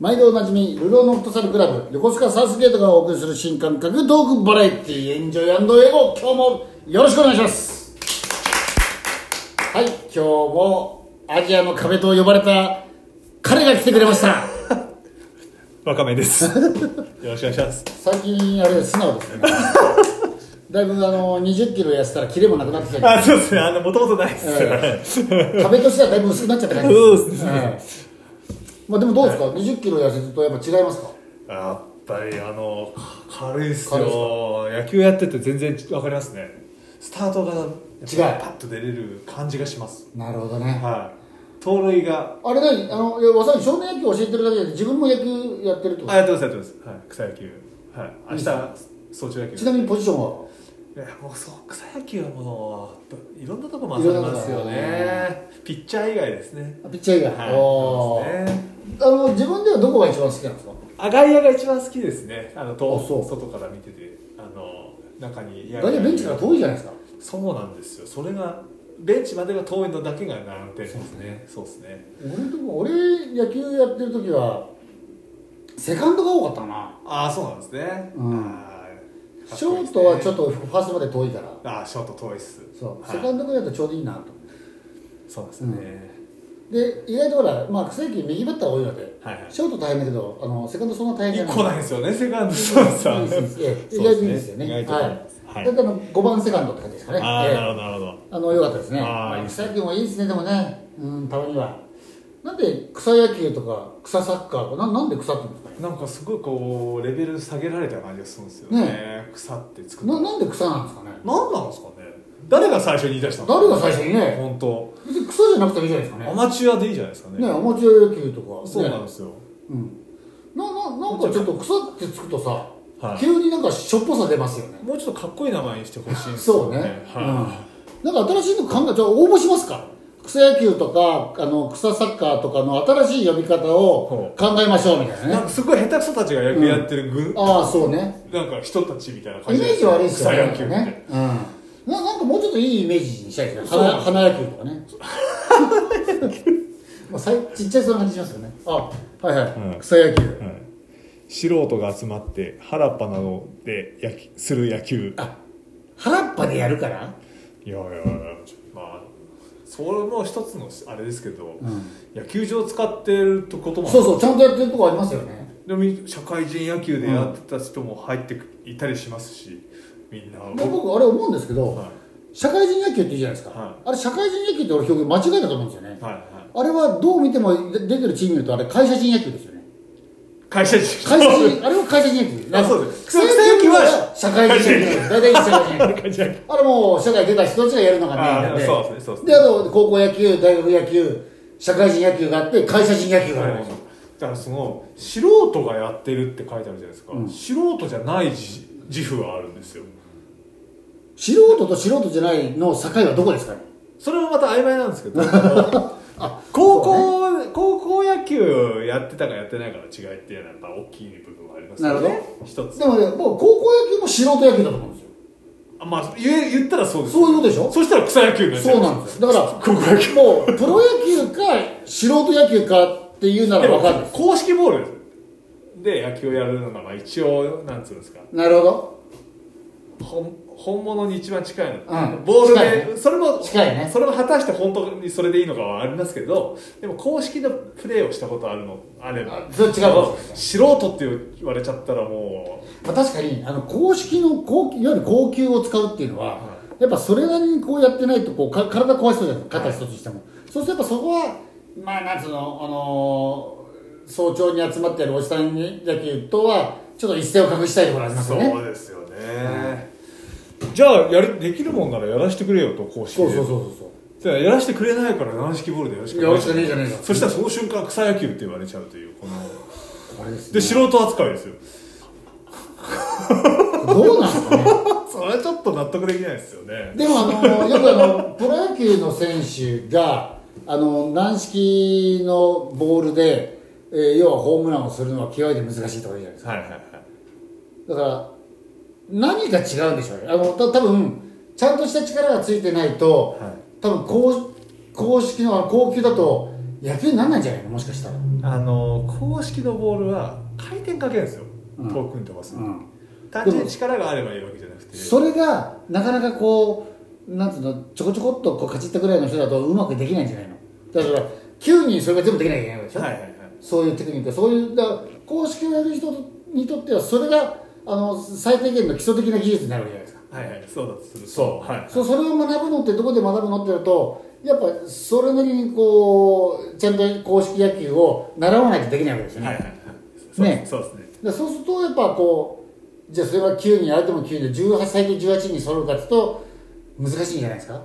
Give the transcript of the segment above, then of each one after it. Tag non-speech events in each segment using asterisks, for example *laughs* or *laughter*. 毎度おなじみ、ルローのフットサルクラブ、横須賀サウスゲートがお送りする新感覚トークバラエティエンジョイエゴ、今日もよろしくお願いします。はい、今日もアジアの壁と呼ばれた彼が来てくれました。わかめ *laughs* です。よろしくお願いします。最近、あれ、素直ですね。だいぶあの20キロ痩せたらキレもなくなってきたけどあ、そうですね。あの、もともとないです。え壁としてはだいぶ薄くなっちゃった感じそうですねええまあでもどうですか、20キロ痩せるとやっぱ違いますか *laughs* やっぱり、あの、か軽いっす軽いよ。野球やってて全然わかりますね。スタートが、違うパッと出れる感じがします。なるほどねはい。盗塁が、あれ何あのいやわさび少年野球教えてるだけで自分も野球やってるってこあ、やってます、やってます。はい。草野球。はい。明日、早朝野と球。ちなみにポジションはいやもうそう草野球はもういろんなとこ回されますいよろんなとこねピッチャー以外ですねピッチャー以外、はいおそうーですねあの自分ではどこが一番好きなんですかあ外野が一番好きですねあのとあそう外から見ててあの中に大体ベンチから遠いじゃないですかそうなんですよそれがベンチまでが遠いのだけが難点ですねそうですね俺のとこ俺野球やってる時はセカンドが多かったなああそうなんですね、うんはいショートはちょっととファーストまで遠いからああショート遠いっすそう、はいセカンドぐらいだとちょうどいいなと思ってそうですね、で意外とほら、まあ、草野球右バッターが多いので、はいはいショート大変だけどあのセカンドそんな大変じゃな一い個ないんですよねセカンドそうそういいですいいですそう意外といいですよね意外とはいいですはいだから5番セカンドって感じですかねああええなるほどなるほどあの良かったですね。あーまいいあです草ね野球もいいですねでもね、うんたまには。なんで草野球とか草サッカーとかななんで草って言うんですかね。なんかすごいこうレベル下げられた感じがするんですよね草って作ったななんで草なんですかね。何なんですかね誰が最初に言い出したの誰が最初にね本当別に草じゃなくてもいいじゃないですかアね。マチュアでいいじゃないですかねねアマチュア野球とか。そうなんねですよ、うん。なななんかちょっと草ってつくとさ、はい、急になんかしょっぽさ出ますよね。もうちょっとかっこいい名前にしてほしいんですそようねね。はうん。なんか新しいの考え、じゃあ応募しますか。草野球とかあの草サッカーとかの新しい呼び方を考えましょうみたいい、ななんね。かすごい下手くそたちが野球やってる軍、ああそうね。なんか人たちみたいな感イじメじゃなージ悪いですよね。草野球って、ね。うん。ななんかもうちょっといいイメージにしたいですね。そう花花野球とか *laughs* ね。まあ、さいちっちゃいそんな感じしますよね。あ、はいはい。うん草野球。はい、素人が集まって原っぱなどで野球する野球あ、原っぱでやるから。いやいやいやまあそれも一つのあれですけど、うん。野球場を使ってるとこともあるそうそう、ちゃんとやってるとこありますよね。でも社会人野球でやってた人も入っていたりしますし、みんなで僕、あれ思うんですけど、は社会人野球って言うじゃないですか。はいあれ、社会人野球って俺表現間違いだと思うんですよねい、。はいはあれはどう見てもで出てるチーム見ると、あれ、会社人野球ですよね。い、会社人会社人、あれは会社人野球。あそうです草野球は社会人野球。大体社会人野球。会社 *laughs* 人あれもう社会出た人たちがやるのがメインなあんでそうですねそうですねであと高校野球大学野球社会人野球があって会社人野球があるんですよだからその素人がやってるって書いてあるじゃないですか、うん素人じゃない自自負はあるんですよ *laughs* 素人と素人じゃないの境はどこですかねそれもまた曖昧なんですけど高校、高校野球やってたかやってないかの違いっていうのはやっぱ大きい部分はありますよなねる一つでもねもう高校野球も素人野球だと思うんですよあまあ言え言ったらそうですそういうことでしょそしたら草野球になっちゃそうなんですよだから高校野球もうプロ野球か素人野球かっていうなでらも分かるんです公式ボールで野球をやるのがまあ一応なんつうんですかなるほど本本物に一番近いの、うんボール近いで、それも近いねそれも果たして本当にそれでいいのかはありますけどでも公式のプレーをしたことあるのあれあばそれ違う素人って言われちゃったらもまあ、確かにあの公式の高いわゆる高級を使うっていうのは、はやっぱそれなりにこうやってないとこうか体壊しそうじゃないですか肩一つにしても、そうするとやっぱそこはまあなんつうの、あのー早朝に集まってやるおじさん野球とはちょっと一線を隠したいところありうますよねそうですよね、じゃあやるできるもんならやらせてくれよと公式そでうそうそうそうじゃあやらせてくれないから軟式ボールでやるしかないやるしかねえじゃねえかそしたらその瞬間草野球って言われちゃうというこのこれですで素人扱いですよどうなんですかねそれちょっと納得できないですよねでもあのーよくあのプロ野球の選手があの軟式のボールで、えー要はホームランをするのは極めて難しいところじゃないですかはいはいはいだから何が違うんでしょうねあのた多分ちゃんとした力がついてないと、は多分公公式のあの高級だと野球になんないんじゃないのもしかしたら、あの公式のボールは回転かけるんですよ、うん遠くに飛ばす、うん、単純に力があればいいわけじゃなくてそれがなかなかこうなんていうのちょこちょこっとこうカチッたぐらいの人だとうまくできないんじゃないのだから急にそれが全部できなきゃいけないわけでしょ、はいはいはいそういうテクニックそういうだから公式をやる人にとってはそれがあの最低限の基礎的な技術になるわけじゃないですかはいはいそうだとするそうはいそうそれを学ぶのってどこで学ぶのって言うとやっぱそれなりにこうちゃんと公式野球を習わないとできないわけですよね、はいはいはいそうねそうですねでそうするとやっぱこうじゃあそれは9人相手も9人で18歳と18人揃うかっていうと難しいんじゃないですか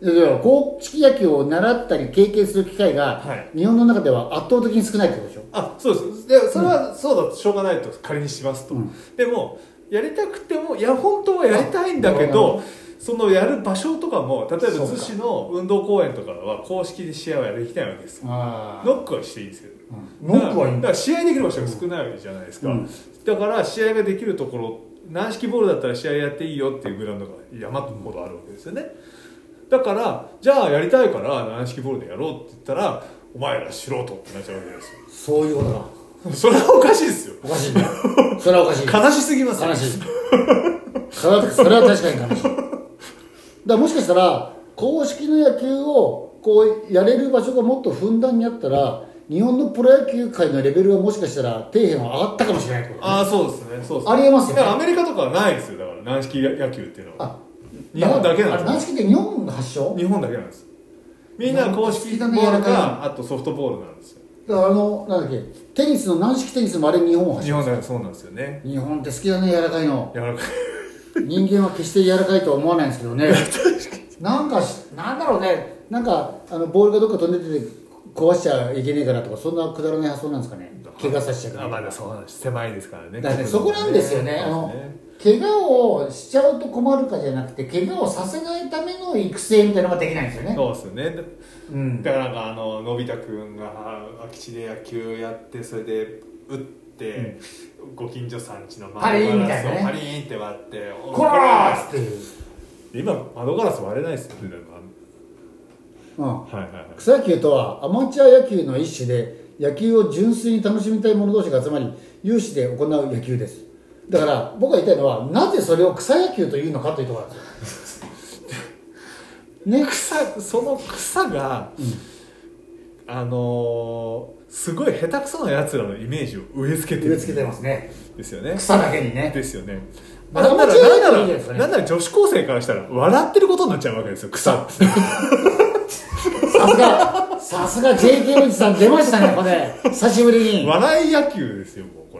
いやだから公式野球を習ったり経験する機会がはい日本の中では圧倒的に少ないってことでしょあそうですでそれはそうだとしょうがないと仮にしますと、うんでもやりたくてもいや本当はやりたいんだけどそのやる場所とかも例えばそうか逗子の運動公園とかは公式で試合はやできないわけですよあノックはしていいんですけどノックはいいだんかだら試合できる場所が少ないわけじゃないですか、うんだから試合ができるところ軟式ボールだったら試合やっていいよっていうグラウンドが山ほどあるわけですよねだからじゃあやりたいから軟式ボールでやろうって言ったらお前ら素人ってなっちゃうわけですよそういうことだ *laughs* それはおかしいですよおかしいん *laughs* だそれはおかしい悲しすぎます悲しいそれはそれは確かに悲しいだからもしかしたら公式の野球をこうやれる場所がもっとふんだんにあったら日本のプロ野球界のレベルはもしかしたら底辺は上がったかもしれないってことねああそうですねそうですねありえますよねだからアメリカとかはないですよだから軟式野球っていうのはあ日本だけなんであすよ軟式って日本発祥日本だけなんですみんな公式ボ軟式だねやーらルかいかあとソフトボールなんですよだからあのなんだっけテニスの軟式テニスもあれ日本発日祥本だけそうなんですよね日本って好きだね柔らかいの柔らかい人間は決して柔らかいとは思わないんですけど *laughs* ねなんかしなんだろうねなんかあのボールがどっか飛んでて壊しちゃいけねえからとかそんなくだらない発想なんですかね怪我させちゃうかあらまだそうなんです狭いですからねだからねそこなんですよねあそうのです怪ね我をしちゃうと困るかじゃなくて怪我をさせないための育成みたいなのができないんですよねそうですよねうんだからなんかあののび太くんが空き地で野球やってそれで打って、ご近所さんちの窓パリーンみたいなねをパリーンって割って「こらーっつっていう、今窓ガラス割れないっすよねうん、はいはいはい草野球とはアマチュア野球の一種で野球を純粋に楽しみたい者同士が集まり有志で行う野球ですだから僕が言いたいのはなぜそれを草野球というのかというところなんですよね草その草が、あのーすごい下手くそなやつらのイメージを植え付けて植るえ付けてますねですよね草だけにねですよねあなんならでもなん中学生いないじゃないですからねなんなら女子高生からしたら笑ってることになっちゃうわけですよ草 *laughs* ってさすがさすが JK のじさん出ましたねこれ久しぶりに笑い野球ですよもうこ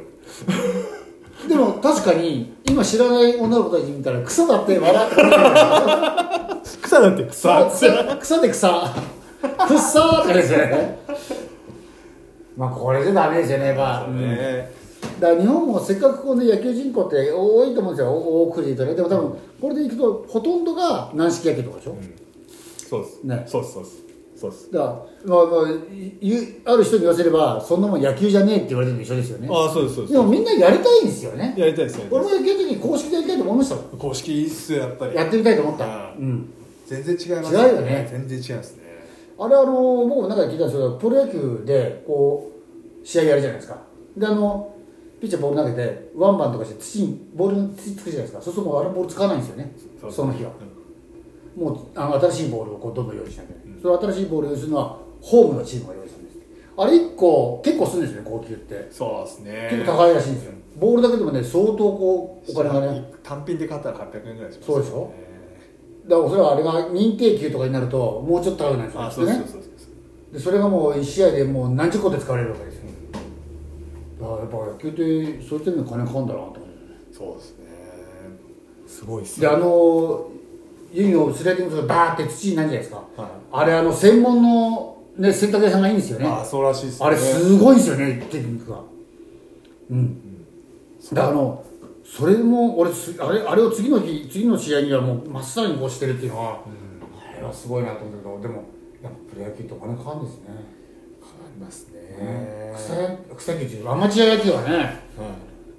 れでも確かに今知らない女の子たち見たら草だって笑ってくれる草だって草っ草草で草くっさーってですよねまあこれじゃダメですよねやっぱ、ねだから日本もせっかくこの野球人口って多いと思うんですよお多くで言うとねでも多分これでいくとほとんどが軟式野球とかでしょ、そうっすねそうっすそうっすそうっすだから、まあまあ、いゆある人に言わせればそんなもん野球じゃねえって言われてるの一緒ですよねああそうですそうでもみんなやりたいんですよねやりたいですやりたい俺でも野球の時に公式でやりたいと思いましたもんす公式いいっすよやっぱりやってみたいと思った、ああうん全然違います違うよね全然違いますねあれあの僕も中で聞いたんですけどプロ野球でこう試合やるじゃないですかであのピッチャーボール投げてワンバンとかして土にボールにつつくじゃないですかそうするともうあのボール使わないんですよねその日はうんもうあの新しいボールをこうどんどん用意しなきゃいけない、その新しいボールを用意するのはホームのチームが用意するんですあれ1個結構するんですよね高級ってそうですね結構高いらしいんですよボールだけでもね相当こうお金がね単品で買ったら800円ぐらいしますそうでしょだからおそらくあれが認定級とかになるともうちょっと高くなるんですよあねそうそうそうそうでそれがもう1試合でもう何十個で使われるわけですよ、だからやっぱ野球ってそういう点で金かかんだなと思ってそうですねすごいっすでねあのユニをスライディングするとバーって土になるじゃないですか、はいあれあの専門の、ね、洗濯屋さんがいいんですよねああそうらしいっすねれすごいんですよねテクニックがうんだからあのそれも俺すあれあれを次の日次の試合にはもう真っさらにこうしてるっていうのは、あれはすごいなと思ったけどでもやっぱプロ野球ってお金かかるんですねありますねね草野草野球っていうアマチュア野球はね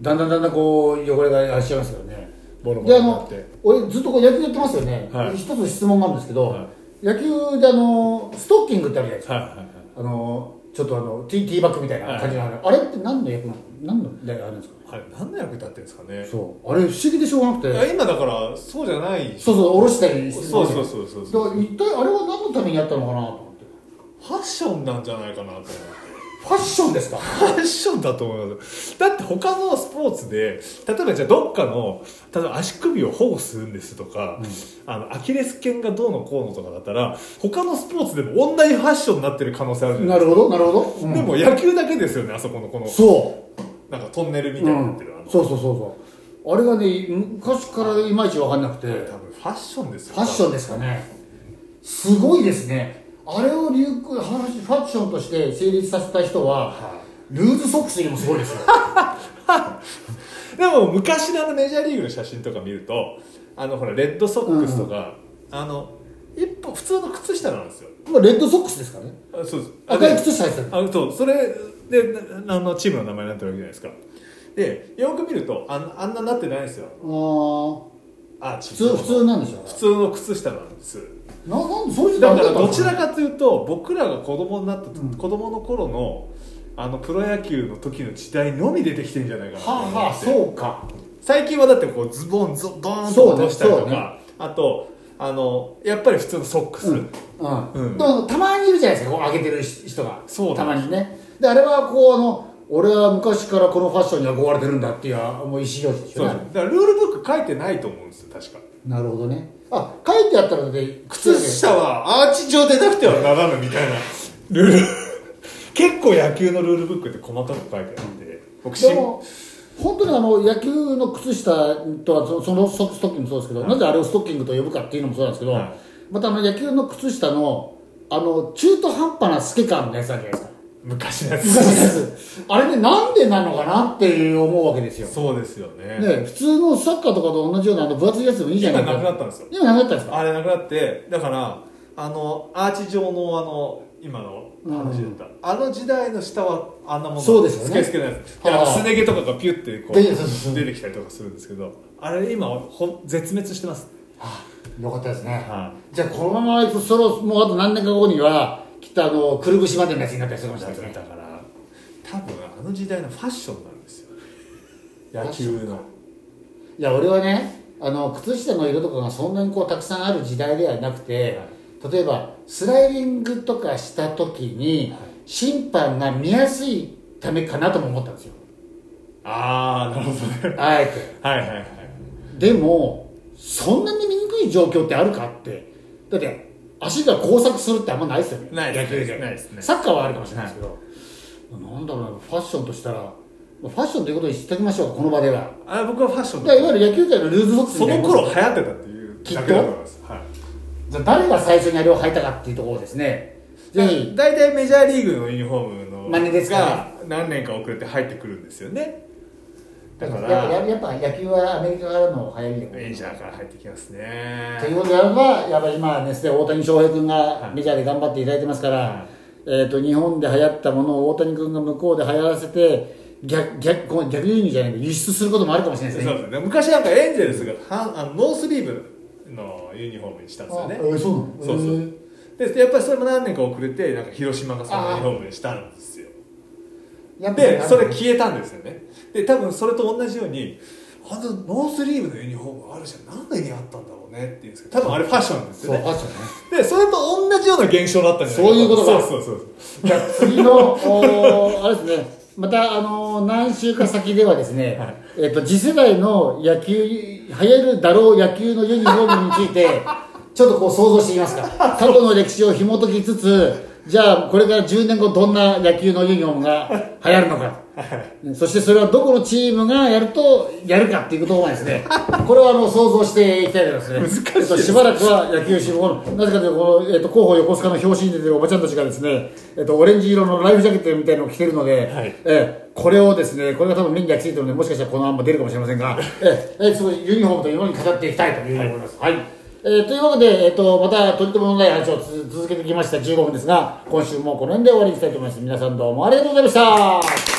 だんだんだんだんこう汚れがあしちゃいますよねボロボであロになっのて俺ずっとこう野球やってますよね、はい一つ質問があるんですけど、は野球であのストッキングってあるじゃないですか、はいはいはいあのちょっとあのティーティーバッグみたいな感じの、あれって何の役なの何のであれなんですかねあれ何の役立ってるんですかねそうあれ不思議でしょうがなくいてや今だからそうじゃないそうそう下ろしたりしてそうそうそうそうだから一体あれは何のためにやったのかなと思ってファッションなんじゃないかなと思ってファッションですかファッションだと思いますだって他のスポーツで例えばじゃあどっかの例えば足首を保護するんですとか、あのアキレス腱がどうのこうのとかだったら他のスポーツでも同じファッションになってる可能性あるじゃなないでるほどなるほど、すかでも野球だけですよねあそこのこのそなんかトンネルう、みうたいになっんてる、あのそうそうそうそうあれがね昔からいまいち分かんなくて多分フファッションですよァッションですかねすごいですねあれを流行ファッションとして成立させた人は、ルーズソックスよりもすごい *laughs* ですよでも昔のあのメジャーリーグの写真とか見るとあのほらレッドソックスとか、あの一歩普通の靴下なんですよまあレッドソックスですからねあそうですあ赤いで靴下入ってたのあそうそれでなあのチームの名前になってるわけじゃないですかでよく見るとあんあんなになってないんですよあああ普普通普通なんでしょう普通の靴下なんですななんでそういうだからどちらかかというと僕らが子供になった、うん子供の頃のあのプロ野球の時の時代のみ出てきてんじゃないかなとは思ってあ、はあ、そうか最近はだってこうズボンゾドーンとそう落ねとしたりとそうか、ねあとあのやっぱり普通のソックス、うんううんん、でもたまにいるじゃないですかこう上げてる人がそうなたんまにねであれはこうあの俺は昔からこのファッションに憧れてるんだっていうもう意思表示ですそうよですねだからルールブック書いてないと思うんですよ確かなるほどねあ書いてあったので靴下はアーチ状でなくてはならぬみたいなルール結構野球のルールブックって細かく書いてあって僕しでも本当にあの野球の靴下とはそそのソストッキングもそうですけど、はいなぜあれをストッキングと呼ぶかっていうのもそうなんですけど、はいまたあの野球の靴下のあの中途半端な透け感のやつあるじゃないですか昔のや昔のやつつ *laughs* あれねなんでなのかなっていう思うわけですよそうですよねね、普通のサッカーとかと同じようなあの分厚いやつでもいいじゃな今いなくなかったんですよ今なくなったんですかあれなくなってだからあのアーチ状のあの今の話だった、あの時代の下はあんなものそうですよねスケスケのやつであのはあすね毛とかがピュッてこ出てそうそうそうう出てきたりとかするんですけどあれ今ほ絶滅してますよかったですね、はじゃあこのままいくとそろもうあと何年か後にはきっとあのくるぶしまでのやつになったりするかもしれだないかですねら多分あの時代のファッションなんですよ野球のいや俺はねあの靴下の色とかがそんなにこうたくさんある時代ではなくて、例えばスライディングとかした時にはい審判が見やすいためかなとも思ったんですよああなるほどねあえてはいはいはいでもそんなに見にくい状況ってあるかってだって足が交錯するってあんまないですよねないですね野球でないですねサッカーはあるかもしれないですけど、なんだろうなファッションとしたらまあファッションということにしておきましょうこの場ではあれ僕はファッションだからいわだゆる野球界のルーズソックスそみたいのな頃流行ってたっていうだけだと思いますはいじゃあ誰が最初にあれを履いたかっていうところですねぜひ大体メジャーリーグのユニフォームの真似ですかねが何年か遅れて入ってくるんですよねだかやっぱらやっぱ野球はアメリカからの流行りでもメジャーから入ってきますというねことであれば、やっぱり今ね、すでに大谷翔平君がいメジャーで頑張っていただいてますから、はえー、と日本で流行ったものを大谷君が向こうで流行らせて、逆逆こう逆輸入じゃないけど、輸出することもあるかもしれないそうでですね。すね昔なんかエンゼルスが半あのノースリーブのユニフォームにしたんですよねあえーそうなのそうそへうでやっぱりそれも何年か遅れてなんか広島がそのユニフォームにしたんですよやっぱりでそれ消えたんですよねで多分それと同じようにあのノースリーブのユニフォームあるじゃん何の意味あったんだろうねって言うんですけど多分あれファッションなんですそよう、ねファッションね。でそれと同じような現象だったんじゃないそかういうことかそうそうそうじゃあ次の、おーあれですね、また、あのー何週か先ではですね、はいえー、と次世代の野球、流行るだろう野球のユニフォームについて、 *laughs* ちょっとこう想像してみますか。過去の歴史を紐解きつつ、じゃあこれから10年後どんな野球のユニフォームが流行るのか。ねそしてそれはどこのチームがやるとやるかっていうことをですね、これはあの想像していきたいと思いますね。難しいですえっとしばらくは野球新聞、なぜかというと、この、えっと、広報横須賀の表紙に出てるおばちゃんたちがですね、えっと、オレンジ色のライフジャケットみたいなのを着てるので、はいええこれをですね、これが多分目に焼き付いてるので、もしかしたらこのまんま出るかもしれませんが、ええええすごいユニフォームというものに飾っていきたいというふうに思います。はい。えーというわけで、えっと、また、とりとめのない話をつ続けてきました15分ですが、今週もこの辺で終わりにしたいと思います。皆さんどうもありがとうございました。